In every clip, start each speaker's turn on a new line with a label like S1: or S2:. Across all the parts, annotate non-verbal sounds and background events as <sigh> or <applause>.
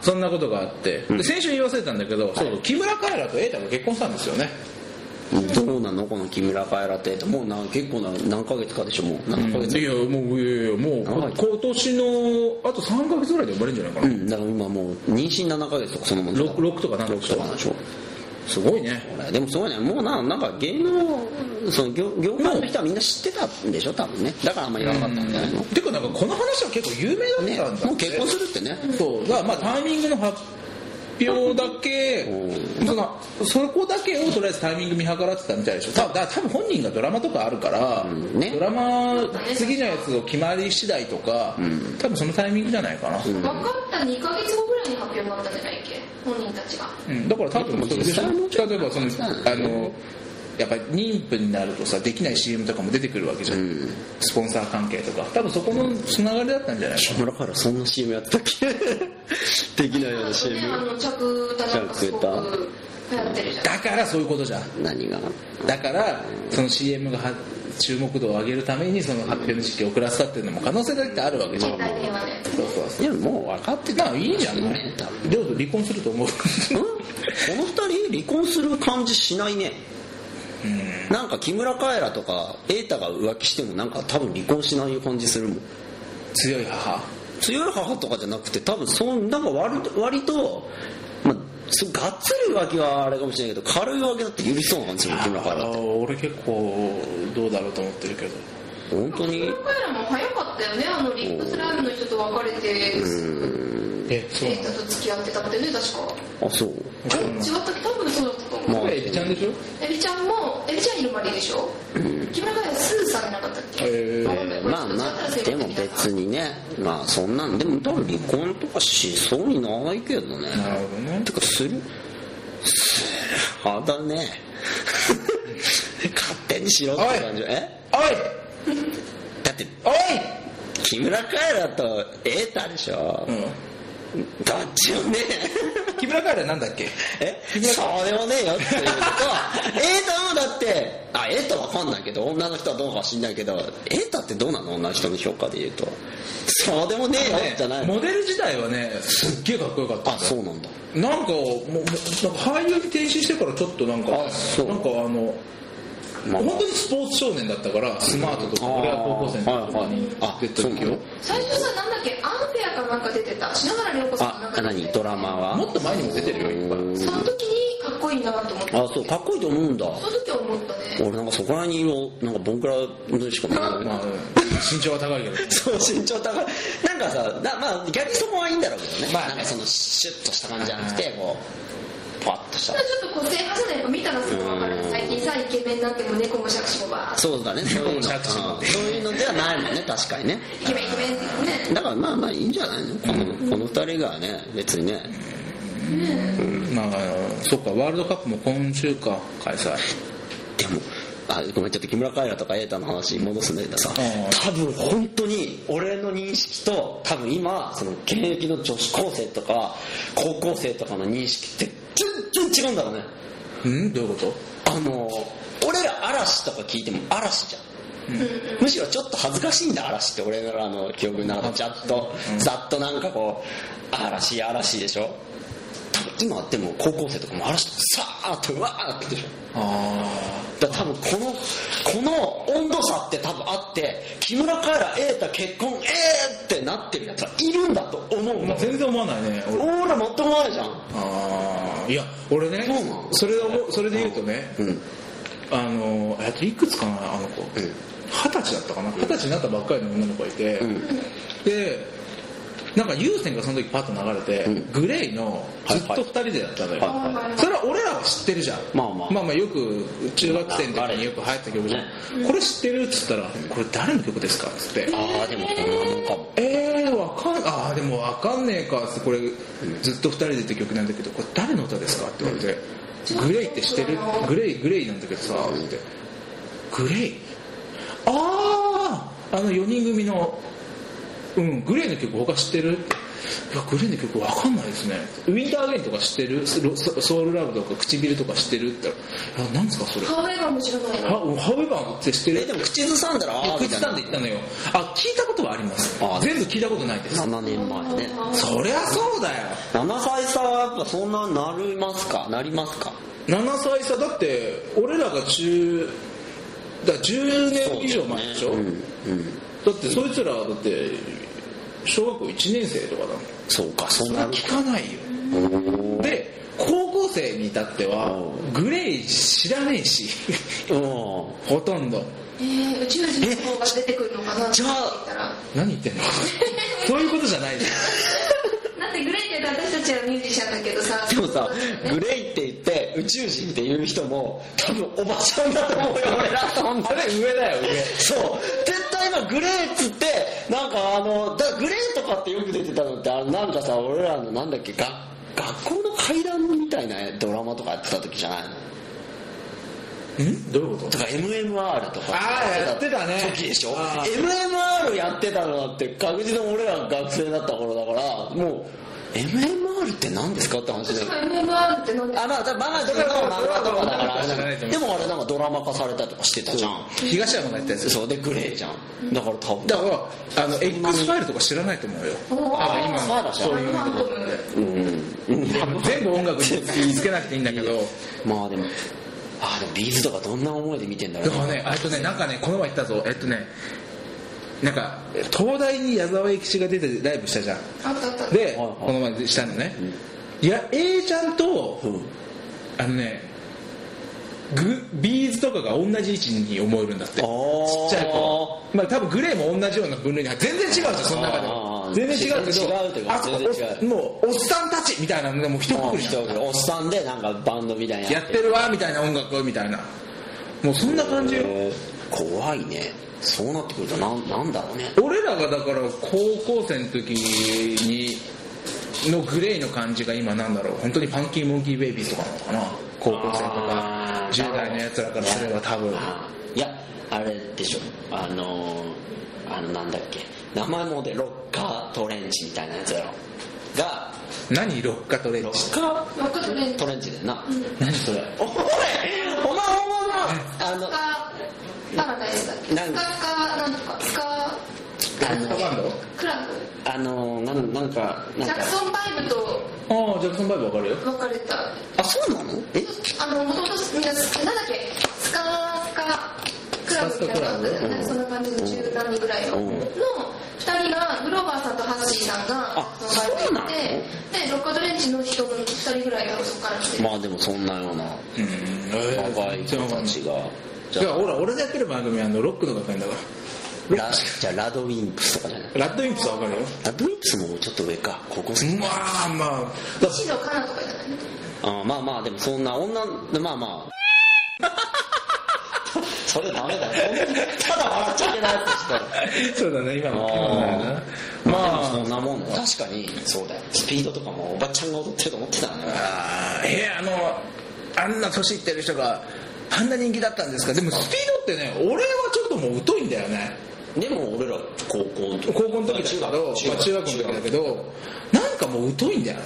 S1: そんなことがあって、で先週言い忘れたんだけど、そう木村カエラと瑛太が結婚したんですよね
S2: どうなのこの木村カエラってもうな結構な何ヶ月かでしょもう7ヶ月
S1: いやもういやいやも
S2: 長
S1: う
S2: い
S1: 今年のあと3ヶ月ぐらいで生まれるんじゃないか
S2: う
S1: な、
S2: んだから今もう妊娠7ヶ月とかそのもんだ
S1: 6, とかな6
S2: と
S1: と
S2: か
S1: か
S2: なんでしょ
S1: すごいね
S2: これでもすごいねもうななんか芸能その業業界の人はみんな知ってたんでしょ多分ねだからあんまり言わなかったんじゃないの、
S1: てかなんかこの話は結構有名
S2: ね
S1: だったんだ、
S2: もう結婚するってね
S1: そうだからまあタイミングの発表だけ
S2: うん
S1: そのそこだけをとりあえずタイミング見計らってたみたいでしょただから多分本人がドラマとかあるから、
S2: んね
S1: ドラマ次のやつを決まり次第とか、多分そのタイミングじゃないかな、うん
S3: 分かった2ヶ月後ぐらいに発表になったんじゃないっけ本人たちが
S1: だから多分それでしょ
S2: 実際もちょっと
S1: 例えばその
S2: うん
S1: あのやっぱり妊婦になるとさできない CM とかも出てくるわけじゃん、
S2: ん
S1: スポンサー関係とか多分そこのつながりだったんじゃないかな
S2: 木村カエラそんな CM やってたっけ <laughs> できないような
S3: あとねあ
S2: CM
S3: の着歌なんかすごく流行ってるじゃん
S1: だからそういうことじゃん
S2: 何が
S1: だからその CM がは注目度を上げるためにその発表の時期を遅らせたっていうのも可能性だってあるわけじゃん、
S3: 携帯電話で
S1: そうそうそ
S2: いやもう分かって
S1: う
S2: た
S1: まあいいんじゃない
S2: 多分
S1: 両と離婚すると思う
S2: うんこの二人離婚する感じしないねなんか木村カエラとか瑛太が浮気してもなんか多分離婚しない感じするもん
S1: 強い母
S2: 強い母とかじゃなくて多分そうなんか割と割と、まあ、そうがっつり浮気はあれかもしれないけど軽い浮気だって許りそうなんですよ木村カエラって
S1: 俺結構どうだろうと思ってるけど
S2: 本当に
S3: 僕らも早かったよねあのリップスライムの人と別れて
S1: えそう
S3: デ
S1: な
S3: ータと付き合ってたってね確か
S2: あそう
S3: あれ違
S1: の
S3: ったっけ多分そうだったと
S2: ま
S3: 思う
S2: あ
S1: これエビちゃんでしょ
S3: エビちゃんもエビちゃんいるまででしょ木村がスーさんじゃなかったっけ
S1: へー
S2: えーまあまあでも別にねまあそんなんでも多分離婚とかしそうにないけどね
S1: なるほどね
S2: てかするする派だね勝手にしろって感じえ
S1: おい
S2: だって
S1: おい
S2: 木村カエラと瑛太でしょ、
S1: う
S2: どっちもね
S1: ん木村カエラなんだっけ
S2: えそうでもねえよっていうのと瑛太もだってあ瑛太わかんないけど女の人はどうかは知んないけど瑛太ってどうなの女の人の評価で言うとそうでもねえよじゃないの
S1: モデル自体はねすっげえかっこよかったん
S2: あ
S1: だよ
S2: そうなんだ
S1: なんかもうもうなんか俳優に転身してからちょっとなんかなん
S2: あ
S1: か
S2: そう
S1: あの、
S2: まあ
S1: 本当にスポーツ少年だったからスマートとか
S2: あー
S1: 俺が高校生の時に
S2: はいはい
S1: 出た
S2: あそ
S1: 時
S2: うな
S1: を
S2: の
S3: 最初さなんだっけアンフェアかなんか出てた篠原涼子さんかなん
S2: あ
S3: か出て
S2: 何
S3: た
S2: ドラマは
S1: もっと前にも出てるよいっぱい
S3: その時にかっこいいなと思って
S2: あそうかっこいいと思うんだ
S3: その時は思ったね
S2: 俺なんかそこら辺をなんかボンクラのしか見ない
S1: まあ身長は高いけど
S2: そう身長高いなんかさだまあ逆にそこはいいんだろうけどね、
S1: まあね
S2: なんかそのシュッとした感じじゃなくてこうパッとした
S3: ただちょっと個性派じゃないか見たらすぐ分かる最近さイケメンになっても猫も杓子もバーッ
S2: そうだねそういうの
S1: 着地も
S2: うんそういうのではないもんね確かにね
S3: イケメンイケメンって言ってね
S2: だからまあまあいいんじゃないのこのこの二人がね別にね
S1: まあそっかワールドカップも今週か開催
S2: でもあごめんちょっと木村カエラとか瑛太の話に戻すんだけどさ
S1: うん
S2: 多分本当に俺の認識と多分今その現役の女子高生とか高校生とかの認識って全然違うんだろうね
S1: うんどういうこと
S2: あの俺ら嵐とか聞いても嵐じゃんむしろちょっと恥ずかしいんだ嵐って俺らの記憶の中でちゃっとざっとなんかこう嵐嵐でしょ多分今でも高校生とかも嵐とかさーっとうわーってでしょ
S1: あ
S2: だから多分このこの温度差って多分あって木村カエラ瑛太結婚えーってなってるやつはいるんだと
S1: あ、
S2: 思うんだ
S1: まあ、全然思わないね俺
S2: 俺ら全くないじゃん
S1: ああいや俺ね
S2: そうなの
S1: それを思うそれで言うとね
S2: うん
S1: あのえっといくつかなあの子
S2: うん
S1: 二十歳だったかな二十歳になったばっかりの女の子がいて、
S2: ん
S1: でなんか優先がその時パッと流れて、
S2: うん
S1: グレイのずっと二人でやったのよ、
S2: はいはい
S3: はい
S1: それは俺らは知ってるじゃん
S2: まあまあ
S1: まあよく中学生の時によく流行った曲じゃん、これ知ってるっつったら「これ誰の曲ですか?」っつって
S2: ああでもこんなもんかも
S1: 「えー、わかんあーでもわかんねえか」っつってこれずっと二人でって曲なんだけどこれ誰の歌ですか?」って言われて「グレイって知ってるグレイグレイなんだけどさ」って「グレイあああの4人組のうんグレイの曲他知ってる?」いやグレーの曲わかんないですねウィンターアゲインとか知ってるソソウルラブとか唇とか知ってるって言ったらいやなんですかそれ
S3: ハーフェバーも知らない
S1: ハハウエバーって知って
S2: え
S1: る
S2: でも口ずさんだらああ
S1: 口
S2: み
S1: ず
S2: たい
S1: さん
S2: な
S1: で言ったのよあ聞いたことはあります
S2: あ
S1: 全部聞いたことないです
S2: 7年前ね
S1: そりゃそうだよ
S2: 7歳差はやっぱそんななりますかなりますか
S1: 7歳差だって俺らが中だから10年以上前でしょ
S2: うんうん
S1: だってそいつらだって小学校1年生とかだもん
S2: そうかそ
S1: そ
S2: ん
S1: れ
S2: な
S1: 聞かないよ
S2: うん
S1: で高校生に至っては
S2: うん
S1: グレイ知らねえしほとんど
S3: えー、宇宙人の方が出てくるのかな
S2: じゃあ
S3: って言ったら
S1: 何言って
S2: <laughs>
S1: んのそういうことじゃないじ
S3: だってグレイって私たちはミュージシャンだけどさ
S2: でもさグレイって言って宇宙人っていう人も多分おばちゃんだと思うよ俺らそんな
S1: ゃんあれ上だよ
S2: そう絶対今グレーっつってなんかあのだグレーとかってよく出てたのってあのなんかさ俺らのなんだっけが学校の階段みたいなドラマとかやってた時じゃないの
S1: 上んどういうこと
S2: とか MMR とか
S1: あーやってたね
S2: 時でしょ
S1: あ
S2: MMR やってたのだって確実に俺らが学生だった頃だからもう MMR って何ですかって話
S3: そ
S2: で
S3: う MMR って何です
S2: あ
S3: か
S2: まあだマガジンの漫画とかだからあれ
S1: 知らない
S2: だ
S1: と
S2: け
S1: 思
S2: ど
S1: う
S2: でもあれなんかドラマ化されたりとかしてたじゃん
S1: 東山がやったやつ
S2: そうでグレーじゃんだから多分
S1: だからあの X ファイルとか知らないと思うよ
S2: あ今のそういう
S3: ファントム
S1: 全部音楽につけなくていいんだけど
S2: まあでもあでもビーズとかどんな思いで見てんだろ
S1: だ
S2: う
S1: から
S2: な
S1: ね、あとね、なんかね、この前行ったぞ、えっとね、なんか、東大に矢沢永吉が出てライブしたじゃん。
S3: あったあった
S1: で、
S2: はいはい
S1: この前したのね。いや、A ちゃんと、
S2: うん
S1: あのね、グビーズとかが同じ位置に思えるんだって。ち
S2: あー
S1: っちゃい子。まあ多分グレーも同じような分類に入って全然違うじゃん、その中で
S2: あ
S1: も
S2: ー。
S1: 全然違うけど、
S2: 違うというか
S1: あそこ
S2: 全然違う
S1: もう、おっさんたちみたいなのでもう一
S2: も
S1: 括
S2: う
S1: り
S2: 一
S1: じゃん
S2: 人おっさんでなんかバンドみたいな
S1: やってるわ、みたいな音楽、みたいな。もうそんな感じよ。
S2: へー怖いねそうなってくるとなんなんだろうね
S1: 俺らがだから高校生の時にのグレイの感じが今なんだろう本当にファンキーモンキーベイビーとかなのかな高校生とか
S2: あー
S1: 10代のやつらからすれば多分
S2: あーいやあれでしょあのーあのなんだっけ名前もでロッカートレンチみたいなやつだろが
S1: 何ロッカトレ
S2: ロ
S1: ッジ
S2: ッカ
S3: ロッカートレン
S2: ー
S3: チ
S2: トレンチだよな
S1: 何それ
S2: おいお前お前お前あの
S3: カーパラダイスだっけ
S2: なん
S3: スカスカなんとかスカ
S2: あ
S1: ロッカ
S2: の
S1: バンド
S3: クラブ
S2: あのなんなんかなん
S3: ジ
S2: か
S3: ャクソンバイブと
S1: ああジャクソンバイブわかるよ
S3: 別れた
S2: あそうなのえ
S3: あのもともとみんななんだっけスカスカクラブみたいなのあったじゃないそんな感じの中何人ぐらいの
S2: うん
S3: の2人がグローバーさんとハッシーさんが
S2: あ
S3: そのバイブにいて
S2: そ
S3: でロッカートレンチの人も2人ぐらいがそこから来て
S2: まあでもそんなよう
S1: う
S2: な
S1: ん
S2: 若い子たちがじ
S1: だ
S2: ゃ
S1: から俺俺がやってる番組はあのロックの学園だか
S2: あラじゃあラドウィンプスとかじゃない
S1: らラッドウィンプスはわかるよ
S2: ラドウィンプスもちょっと上か高校生
S1: まあまあだ
S3: 西野カナとかじゃない
S2: あまあまあでもそんな女のまあ <laughs> まあそれダメだよただ笑っちゃいけないやつしたら
S1: そうだね今の今のだよな
S2: あー
S1: ま
S2: まあ
S1: あ
S2: でもそんなもんだ確かにそうだよスピードとかもおばちゃんが踊ってると思ってたんだよ
S1: あーえーあのあんな年いってる人があんな人気だったんですかでもスピードってね俺はちょっともう疎いんだよね
S2: でも俺ら高校の時
S1: 高校の時だけど、まあ
S2: 中
S1: 中
S2: 学
S1: 学の時だけどなんかもう疎いんだよね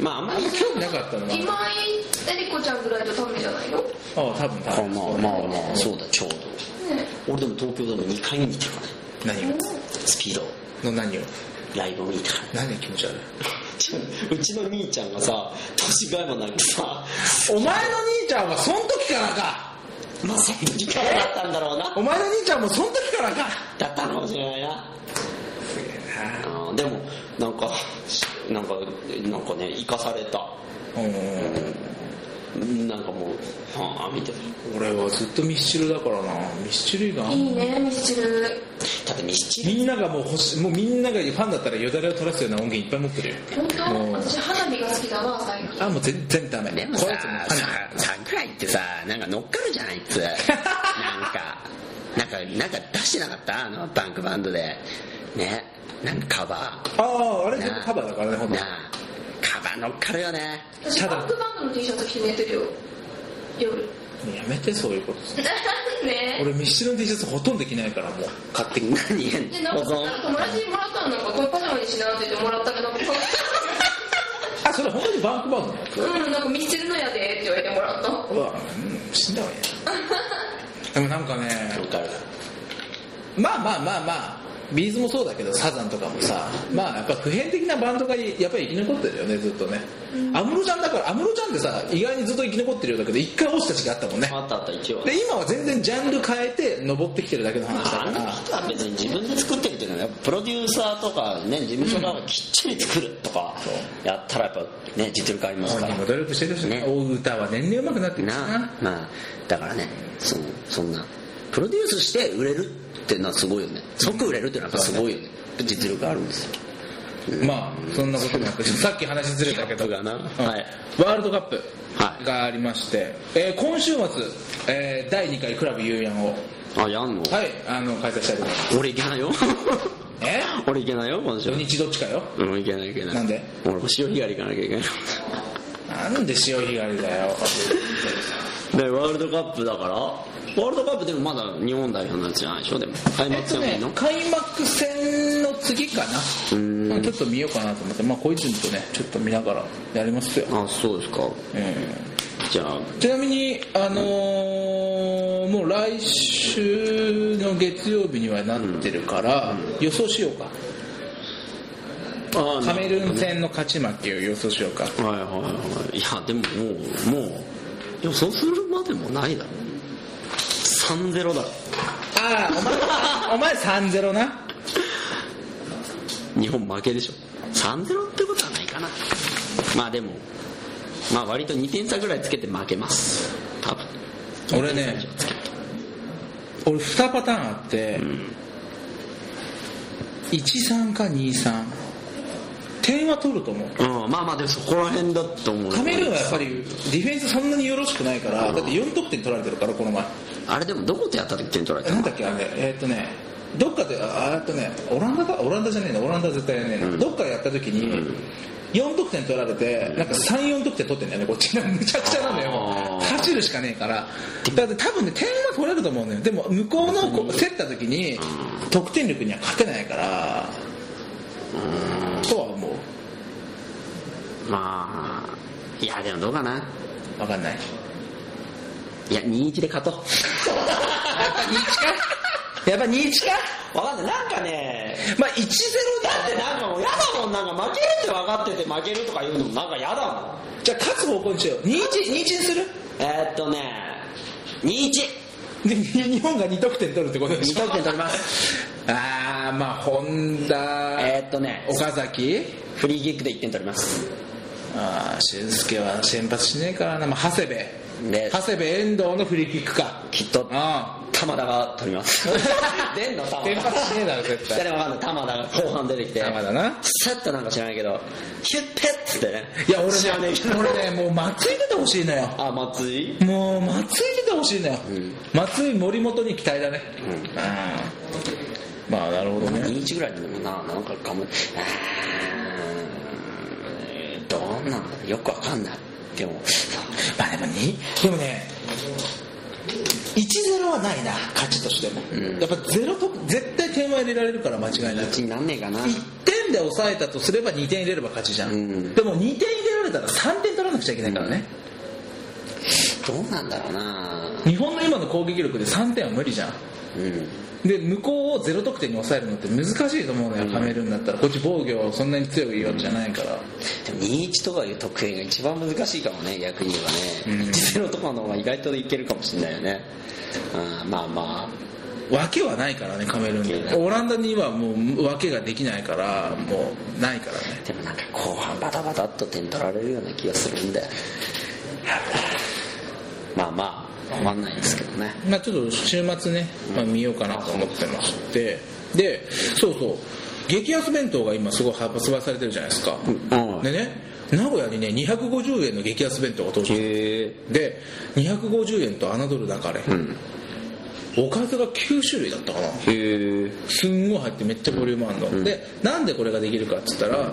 S2: まああんま
S1: あん
S2: り
S1: ま興味なかったのな
S3: 今井絵理子ちゃんぐらいとダメじゃないのね
S1: ああ多分多
S2: あ
S1: 分
S2: まあまあまあそうだちょうど俺でも東京ドーム2回見に行ったからね
S1: 何を
S2: スピード
S1: の何を
S2: ライブを見に行ったから <laughs> ね
S1: 何が気持ち悪い
S2: うちの兄ちゃんがさ年がいもなくてさ
S1: お前の兄ちゃんはその時からか
S2: まあその時からだったんだろうな
S1: お前の兄ちゃんもその時からか
S2: だったかもしれないな
S1: すげえ
S2: あーでもなんかなんかなんかね生かされた
S1: なうん
S2: なんかもうはあみたいな
S1: 俺はずっとミスチルだからなミスチル以外あんま
S3: いいねミスチル
S2: だってミスチル
S1: みんながもう欲しいもうみんながファンだったらよだれを垂らすような音源いっぱい持ってるよ
S3: 本
S1: も
S3: 当
S1: う
S3: 私花火が好きだわ最近
S1: あもう全然ダメ
S2: でも
S1: こ
S2: さ
S1: いつも花
S2: さ桜井ってさなんか乗っかるじゃんあいつなんかなんかなんか出してなかったあのバンクバンドでねなんかカバ
S1: あああれ
S2: ー
S1: 全
S2: な
S1: 部
S2: あ
S1: カバーだからねほんと
S2: なあカバー乗っかるよね
S3: 私
S1: ただ
S3: バックバンドの T シャツ着て寝てるよ夜 <laughs>
S1: やめてそういうこと
S3: ね
S1: 俺ミッシルの T シャツほとんど着ないからもう
S2: 買って何やん
S3: でなん
S2: 保
S3: か
S2: 存
S3: なんか友達にもらったのなんかこういうパジャマにしなって言ってもらったけどなんかこ
S1: あそれ本当にバンクバンドのやつ
S3: ううんなんか見せるのやでって言われてもらった
S1: うわうん死んだわねでもなんかね
S2: わかる
S1: まあまあまあまあビーズもそうだけどサザンとかもさまあやっぱ普遍的なバンドがやっぱり生き残ってるよねずっとね安室、ちゃんだから安室ちゃんってさ意外にずっと生き残ってるようだけど一回落ちた時期あったもんね
S2: あったあった一応
S1: で今は全然ジャンル変えて登ってきてるだけの話だ
S2: あ
S1: か
S2: の
S1: ら
S2: 人は別に自分で作ってるっていうのはねプロデューサーとかね事務所がきっちり作るとかやったらやっぱね実力ありますから
S1: 本人も努力してるしね
S2: ね
S1: 大歌は年々上手くなってるし
S2: な
S1: な
S2: あまあだからねそのそんなプロデュースして売れるってのはすごいよね即売れるってのはやっぱすごいよね実力あるんですよ
S1: まあそんなことなくさっき話ずれたけど
S2: キャップがな
S1: うん
S2: はい
S1: ワールドカップがありまして、えー今週末、えー第2回クラブユーヤンを
S2: あやんの
S1: はいあの開催したいと思います
S2: 俺いけないよ <laughs>
S1: え
S2: 俺いけないよ今週
S1: 土日どっちかよ
S2: うんいけないいけない
S1: なんで
S2: 俺も潮干狩り行かなきゃいけない
S1: なんで潮干狩りだよ
S2: でワールドカップだからワールドカップでもまだ日本代表のやつじゃないでしょでも開
S1: えっ
S2: 幕
S1: と
S2: 戦もいい
S1: ね
S2: の、
S1: 開幕戦の次かな
S2: ーん
S1: まあちょっと見ようかなと思ってまあ小泉とねちょっと見ながらやりますよ、
S2: あそうですか
S1: え
S2: じゃあ
S1: ーちなみにあのーもう来週の月曜日にはなってるから、予想しようか
S2: あ
S1: カメルーン戦の勝ち負けを予想しようか
S2: はいはいはいいやでももうもう予想するまでもないだろ3-0だろ
S1: ああお前お前3-0な
S2: 日本負けでしょ3-0ってことはないかなまあでもまあ割と2点差ぐらいつけて負けます多分
S1: 俺ね俺2パターンあって、13か23点は取ると思う
S2: うんまあまあでもそこら辺だと思う
S1: カメルーンはやっぱりディフェンスそんなによろしくないからだって4得点取られてるからこの前
S2: あれでもどことやった時点取られ
S1: え
S2: た
S1: なん
S2: の
S1: だっけあれえーっとねどっかでああーっとねオランダかオランダじゃねえなオランダは絶対やんねえな、どっかやった時に4得点取られてなんか34得点取ってんだよねこっちがむちゃくちゃなのよ
S2: あー
S1: 走るしかねえからだって多分ね点は取れると思うのよでも向こうのこう競った時に得点力には勝てないからとは思う
S2: まあいやでもどうかな
S1: わかんない
S2: いや2-1で勝とう
S1: やっぱ2-1か
S2: 分かんないなんかね
S1: まあ1-0だ
S2: だってなんかもう嫌だもんなんか負けるって分かってて負けるとか言うのもなんか嫌だもん
S1: じゃあ勝つ方向にしよう2-1 2-1にする
S2: えーっとね21
S1: で日本が2得点取るってことでしょ
S2: 2得点取ります
S1: ああまあ本田、
S2: えーっとね
S1: 岡崎
S2: フリーキックで1点取ります
S1: ああ俊介は先発しねえからな、まあ、長谷部
S2: で
S1: 長谷部遠藤のフリーキックか
S2: きっと
S1: あ
S2: 玉田が取ります <laughs> 出んの
S1: あ
S2: 玉
S1: 先
S2: 田
S1: 発しねえだろ絶
S2: い
S1: <laughs>
S2: や
S1: 対
S2: でも分かんない玉田が後半出てきて
S1: 玉田な
S2: さっとなんか知らないけどヒュッペッつってね
S1: いや俺
S2: 知らねえけど
S1: ね俺ねもう松井出てほしいのよ
S2: あ松井
S1: もう松井出てほしいのよ、
S2: ん
S1: 松井森本に期待だねう
S2: ん
S1: んまあなるほどね
S2: 21ぐらいでもななんかかもうーんどうなんだよく分かんないでも
S1: まあでもにでもね1-0はないな勝ちとしても、
S2: ん
S1: やっぱ0と絶対点は入れられるから間違いなく
S2: 1になんねえかな
S1: 1点で抑えたとすれば2点入れれば勝ちじゃん、
S2: うん
S1: でも2点入れられたら3点取らなくちゃいけないからね、
S2: どうなんだろうな
S1: 日本の今の攻撃力で3点は無理じゃん
S2: うん
S1: で向こうを0得点に抑えるのって難しいと思うのよ、カメルーンだったらこっち防御はそんなに強いわけじゃないから、
S2: でも21とかいう得点が一番難しいかもね逆に言えばね、
S1: うん
S2: 1-0とかの方が意外といけるかもしれないよね、うん、まあま
S1: 訳はないからねカメルーンで
S2: うん
S1: オランダにはもう訳ができないからもうないからね
S2: あでもなんか後半バタバタっと点取られるような気がするんでまあまあ分かんないですけどね
S1: まあ、ちょっと週末ね、まあ、見ようかなと思ってましてでそうそう激安弁当が今すごい発売されてるじゃないですか、
S2: うん
S1: でね名古屋にね250円の激安弁当が登場
S2: へえ
S1: で250円と侮るなかれ、
S2: うん
S1: おかずが9種類だったかな
S2: へえ
S1: すんごい入ってめっちゃボリュームあるの、でなんでこれができるかっつったら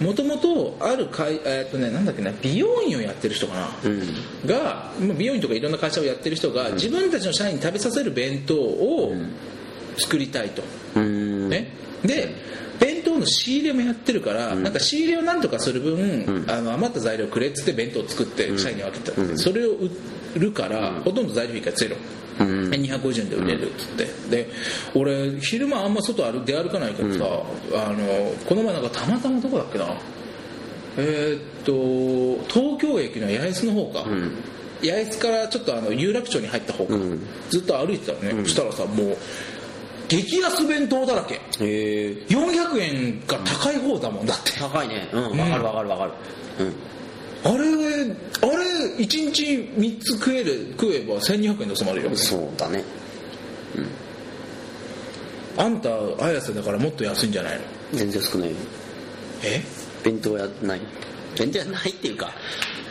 S1: もともとある会えーっとねなんだっけな美容院をやってる人かな、
S2: うん
S1: がまあ美容院とかいろんな会社をやってる人が自分たちの社員に食べさせる弁当を作りたいと、
S2: うん
S1: ね、で弁当の仕入れもやってるから、なんか仕入れをなんとかする分、あの余った材料くれっつって弁当を作って社員に分けたって、それを売るから、ほとんど材料費がゼロ、
S2: うん
S1: で250円で売れるっつって、で俺昼間あんま外歩出歩かないからさ、あのこの前なんかたまたまどこだっけなえーっと東京駅の八重洲の方か、
S2: ん
S1: 八重洲からちょっとあの有楽町に入った方か、
S2: ん
S1: ずっと歩いてたのね、そしたらさもう激安弁当だらけ
S2: へえ
S1: 400円が高い方だもんだって
S2: 高いねうんわかるわかるわかる
S1: あれあれ1日3つ食える食えば1200円で収まるよ
S2: うんそうだね
S1: あんた綾瀬だからもっと安いんじゃないの
S2: 全然少ないよ
S1: え
S2: 弁当やない弁当やないっていうか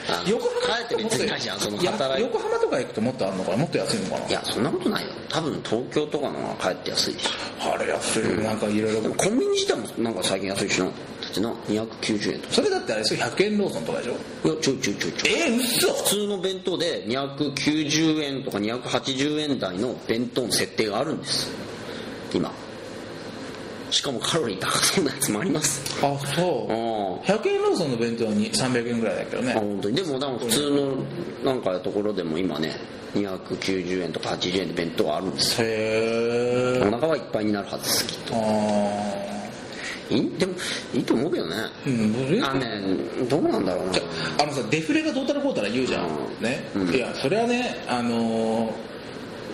S2: あの
S1: 横浜
S2: 帰って別にないじゃんその働い
S1: 横浜とか行くともっとあるのかなもっと安いのか
S2: いやそんなことないよ多分東京とかの方が帰って安いでしょ
S1: なあれ安いよなんかいろいろ
S2: でもコンビニ自体もなんか最近安いしなだってな290円とか
S1: それだってあれですよ100円ローソンとかでしょ
S2: いやちょいちょいちょいちょい
S1: え嘘
S2: 普通の弁当で290円とか280円台の弁当の設定があるんです今しかもカロリー高そうなやつもあります
S1: あそ
S2: ああ
S1: う100円ローソンの弁当に300円ぐらいだけど
S2: あ
S1: ね
S2: 本当にでもなんか普通のなんかところでも今ね290円とか80円で弁当があるんですよ
S1: へ
S2: お
S1: え
S2: 腹はいっぱいになるはずですきっ
S1: ああ
S2: といいでもいいと思うけどね
S1: うん
S2: あのねどうなんだろうな
S1: じゃあのさデフレがどうたらこうたら言うじゃん、
S2: うん
S1: ね
S2: うん
S1: いやそれはねあのー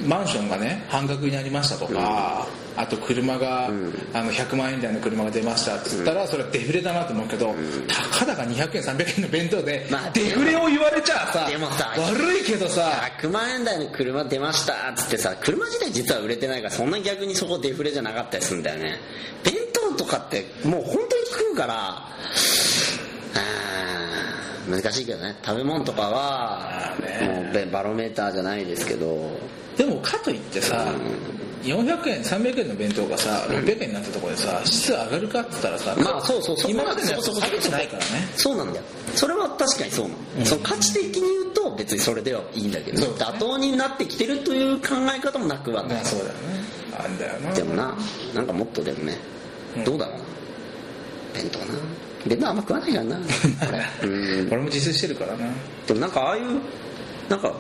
S1: マンションがね半額になりましたとか、あと車が、あの100万円台の車が出ましたって言ったら、それはデフレだなと思うけど、たかだか200円300円の弁当で、
S2: まあ
S1: デフレを言われちゃさ
S2: でもさ
S1: 悪いけどさ
S2: 100万円台の車出ましたっつってさ車自体実は売れてないからそんな逆にそこデフレじゃなかったりするんだよね弁当とかってもう本当に食うからあー難しいけどね食べ物とかは
S1: あーね
S2: もうべバロメーターじゃないですけど
S1: でもかといってさ、400円300円の弁当がさ600円になったところでさ質上がるかって言ったらさ、
S2: まあそうそうそこ
S1: 今までのやつ
S2: そこそこ
S1: 下げてないからね
S2: そうなんだよそれは確かにそうなの、その価値的に言うと別にそれではいいんだけど、
S1: そうだね
S2: 妥当になってきてるという考え方もなくはない
S1: まあそうだよねあんだよな
S2: でもななんかもっとでもね、どうだろうな弁当な弁当あんま食わないからな
S1: <laughs>
S2: 俺うん
S1: 俺も自炊してるからな
S2: でもなんかああいうなんか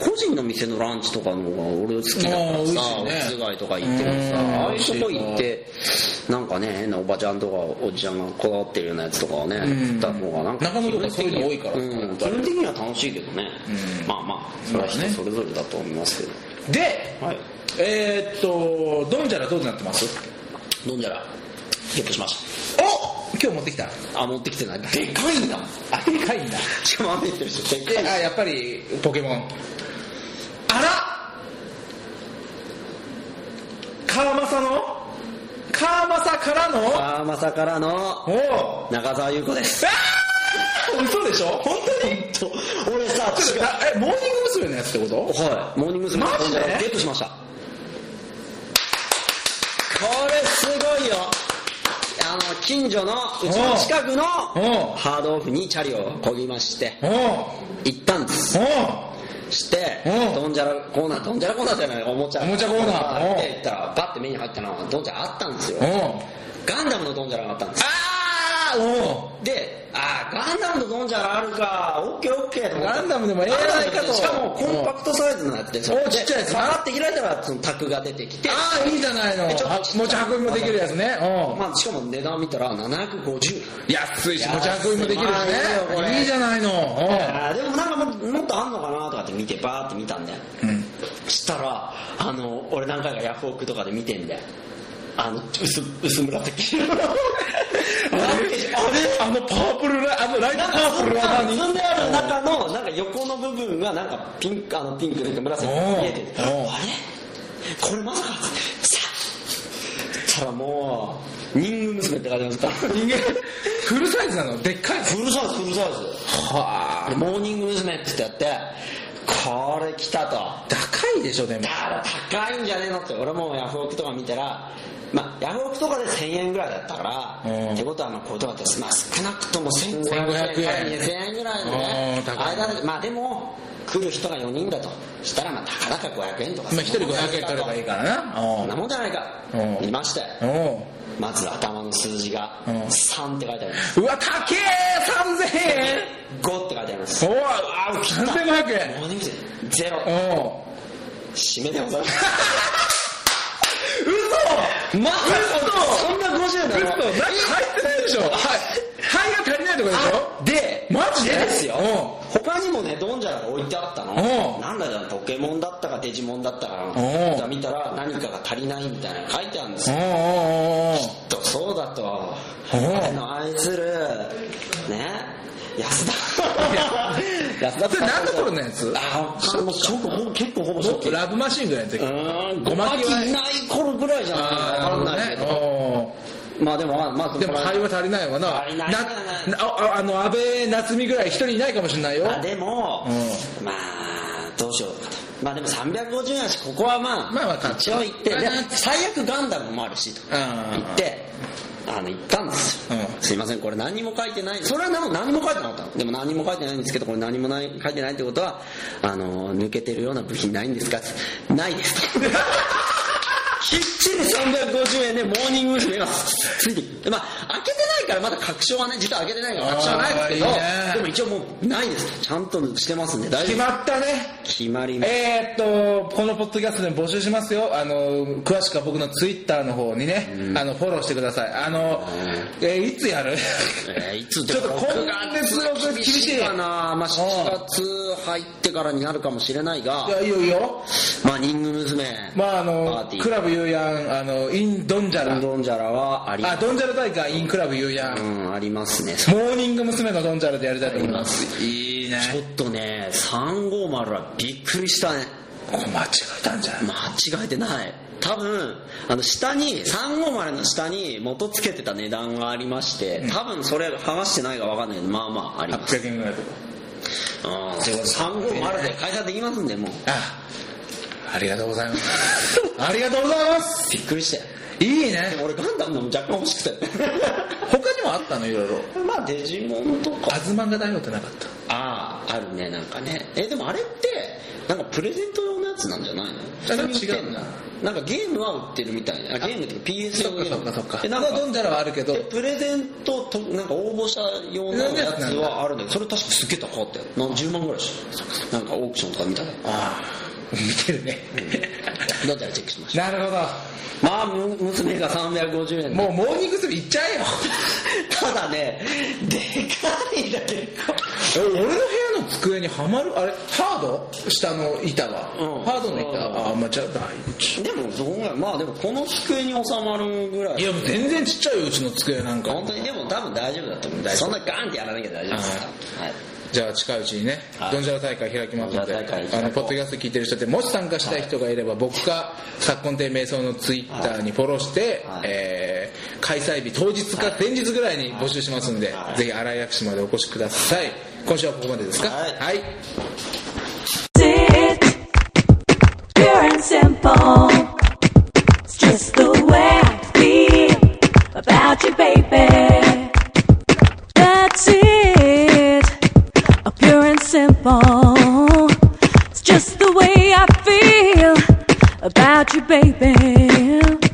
S2: 個人の店のランチとかの方が俺好きだか
S1: あ
S2: ら
S1: ー美味
S2: さ
S1: しいね
S2: おつがいとか行っても
S1: う
S2: さ
S1: ん
S2: ああいうとこ行ってなんかね変なおばちゃんとかおじちゃんがこだわってるようなやつとかはね
S1: ん
S2: 食った方がなんか
S1: 中野とかそういうの多いから
S2: うん基本的には楽しいけどね
S1: うん
S2: まあまあそれは人それぞれだと思いますけ
S1: で
S2: どはい
S1: えーっとドンジャラどうなってます
S2: 飲んじゃらゲットしまし
S1: お今日持ってきた
S2: たあ持ってきてないでかいん <laughs> だもん
S1: あでかいんだ
S2: しかも雨降ってるし、でっ
S1: で
S2: か
S1: あ
S2: いな。
S1: やっぱりポケモンあら川政の川政からの
S2: あーまさからの
S1: お、お
S2: 中澤優子です。
S1: 嘘でしょ本当にちょ
S2: 俺さ、
S1: っとあえモーニング娘。のやつってこと
S2: はい、モーニング娘。
S1: マジで
S2: ゲットしました。これすごいよ。あの、近所の、うちの近くの、
S1: おう
S2: ハードオフにチャリを漕ぎまして、
S1: お
S2: 行ったんです。して、
S1: うん
S2: ドンジャラコーナー、ドンジャラコーナーじゃない、おもちゃ。
S1: おもちゃコーナー
S2: って言ったら、バッて目に入ったのは、ドンジャラあったんですよ
S1: お。お
S2: ガンダムのドンジャラがあったんです。
S1: あお
S2: で、あーガンダムとドンジャラあるか、オッケーオッケーと思って
S1: ガンダムでもええやないかと
S2: しかもコンパクトサイズになって、
S1: おちっちゃいやつ
S2: バーって開いたら、そのタクが出てきて、
S1: ああいいじゃないの
S2: えちょっと
S1: は持ち運びもできるやつねうん
S2: まあ、しかも値段見たら750
S1: 安いし持ち運びもできるし
S2: 安いよこれ
S1: ねいいじゃないの
S2: あーでもなんかももっとあんのかなとかって見て、バーって見たんだよ。
S1: うんうん
S2: したら、あの、俺何回かヤフオクとかで見てんだよ。あの、薄、薄紫色の。なんでしょあれ
S1: あのパープルライあのライト
S2: なん
S1: パ
S2: か
S1: ー
S2: そ
S1: プル
S2: ん
S1: は
S2: な
S1: 何
S2: 積んである中のなんか横の部分がなんかピンクあのピンクというか紫が見えてる
S1: おう
S2: あ
S1: おう
S2: れこれまさかさあしたらもう人間娘って感じなんですか
S1: 人間フルサイズなのでっかい
S2: フルサイズフルサイズ
S1: は
S2: でモーニング娘。ってやってこれ来たと
S1: 高いでしょでも
S2: だから高いんじゃねえのって俺もヤフオクとか見たらまあヤフオクとかで1000円ぐらいだったから、
S1: うん
S2: ってことはまあこういうとかって、まあ、少なくとも
S1: 1500
S2: 1500円から
S1: 円
S2: 2000円ぐらいの
S1: う
S2: ね
S1: ん高い
S2: 間でまあでも来る人が4人だとしたらまあたかだか500円とか
S1: まあ、一人500円取ればいいからな
S2: そ
S1: お
S2: んな
S1: う
S2: もんじゃないか
S1: うん
S2: 見ましたよ
S1: おう
S2: まず頭の数字が
S1: うん
S2: 3って書いてあります
S1: うわ高え3000円
S2: 5って書いてあります
S1: そうあ3500円
S2: モーニングゼロ
S1: おう
S2: 締めでございます
S1: 嘘
S2: ま
S1: ずっと
S2: そんな50
S1: 嘘なん
S2: だ
S1: か
S2: ろ
S1: 入ってないでしょ肺が足りないとかでしょ
S2: で
S1: マジで
S2: ですよ
S1: お
S2: 他にもねドンジャラが置いてあったの
S1: おう
S2: なんだよポケモンだったかデジモンだったか
S1: おう
S2: な見たら何かが足りないみたいなの書いてあるんです
S1: おう
S2: よ
S1: おうおう
S2: とそうだと
S1: おう
S2: 俺の愛するね安田
S1: <laughs>
S2: 安
S1: それ何の頃のやつ
S2: ああもうちょっとほぼ結構ほぼ
S1: お
S2: 初
S1: っ
S2: 期
S1: とラブマシンぐらいの時
S2: うーん
S1: ご
S2: ご
S1: ま
S2: ま
S1: き
S2: きいない頃ぐらいじゃない
S1: あ
S2: か
S1: ー
S2: 分かんないけ
S1: なる
S2: ど
S1: ほどね
S2: まあでもまあまあ
S1: おうでも肺は足りないわな
S2: 足りない
S1: ななああの安倍夏美ぐらい一人いないかもしれないよ
S2: まあでも、まあどうしようかとまあでも350円だしここはまあ、
S1: まあまあ
S2: 一応行って
S1: まあ
S2: で
S1: まあ
S2: 最悪ガンダムもあるしと
S1: うん
S2: 行ってあの行ったんです
S1: う
S2: よ、
S1: ん
S2: すいませんこれ何も書いてないそれは何も何も書いてなかったのでも何も書いてないんですけどこれ何もない書いてないってことはあの抜けてるような部品ないんですかってないです <laughs> ときっちり350円でモーニング娘。がついてまあ開けてないからまだ確証はね実は開けてないから確証はないですけど
S1: あーいいね
S2: でも一応もうないですちゃんとしてますんで大丈
S1: 決
S2: 夫
S1: まったね
S2: 決まりまし
S1: えー、っとこのポッドキャストでも募集しますよあの詳しくは僕のツイッターの方にね、あのフォローしてくださいあの、えーいつやる <laughs>
S2: たえーいつ
S1: ちょっと今月の厳しい
S2: かなまあ
S1: う
S2: 7月入ってからになるかもしれないが
S1: いやいいよいいよ
S2: まあリング娘。
S1: まああ
S2: パー
S1: の
S2: ティー
S1: クラブゆうやんあのインドンジャ
S2: う
S1: ラ
S2: どんじゃらはあり
S1: あドンジャラ大会インクラブゆうやん、
S2: うんありますね
S1: モーニング娘。のドンジャラでやりたいと思いますいいね
S2: ちょっとね350はびっくりしたね
S1: これ間違えたんじゃない
S2: 間違えてない多分あの下に350の下に元つけてた値段がありまして多分それ剥がしてないか分かんないけどまあまああります
S1: 800円ぐらいとか
S2: うん350で会社できますんでもう
S1: あありがとうございます <laughs> ありがとうございます
S2: びっくりしたよ
S1: いい
S2: で
S1: ね
S2: も俺ガンダムのも若干欲しくて <laughs>
S1: 他にもあったのいろいろ
S2: まあデジモンとか
S1: アズマンが大王ってなかった
S2: あああるねなんかねえでもあれってなんかプレゼント用のやつなんじゃないの
S1: あでも違うんだ
S2: なんかゲームは売ってるみたいなあゲームっていうか PS
S1: そ
S2: 用
S1: っか
S2: ゲ
S1: そっ
S2: ー
S1: か
S2: ム
S1: そっか
S2: えなん
S1: まあドンジャラはあるけど
S2: えプレゼントとなんか応募者用のやつはあるんだけどそれ確かすっげえ高かったよなん10万ぐらいでしょなんかオークションとか見たら
S1: ああ見てるね
S2: だったらチェックしまし
S1: なるほ
S2: たまあむ娘が350円
S1: どもうモーニング娘。いっちゃえよ
S2: ただねでかいんだ結構
S1: え俺の部屋の机にはまるあれハード下の板は、
S2: うん
S1: ハードの
S2: う
S1: 板、
S2: ん
S1: ああまあじゃあ大丈
S2: でもどんぐらいまあでもこの机に収まるぐら
S1: 夫
S2: い
S1: いやもう全然ちっちゃいうちの机なんか
S2: 本当にでも多分大丈夫だと思うそんなガンってやらなきゃ大丈夫ですからはい
S1: じゃあ近いうちにね、
S2: はい
S1: ドンジャラ大会開きますので
S2: ドンジャラ大会開こ
S1: あ
S2: う
S1: のポッドキャスト聞いてる人でもし参加したい人がいれば、僕か昨今亭瞑想のツイッターにフォローして、
S2: はい
S1: えー開催日当日か前日ぐらいに募集しますんで、
S2: はい
S1: ぜひ新井薬師までお越しください今週はここまでですか
S2: はい
S1: はい
S4: sick. Pure and simple. It's just the way I feel about you, baby. That's it. Oh, pure and simple. It's just the way I feel about you, baby.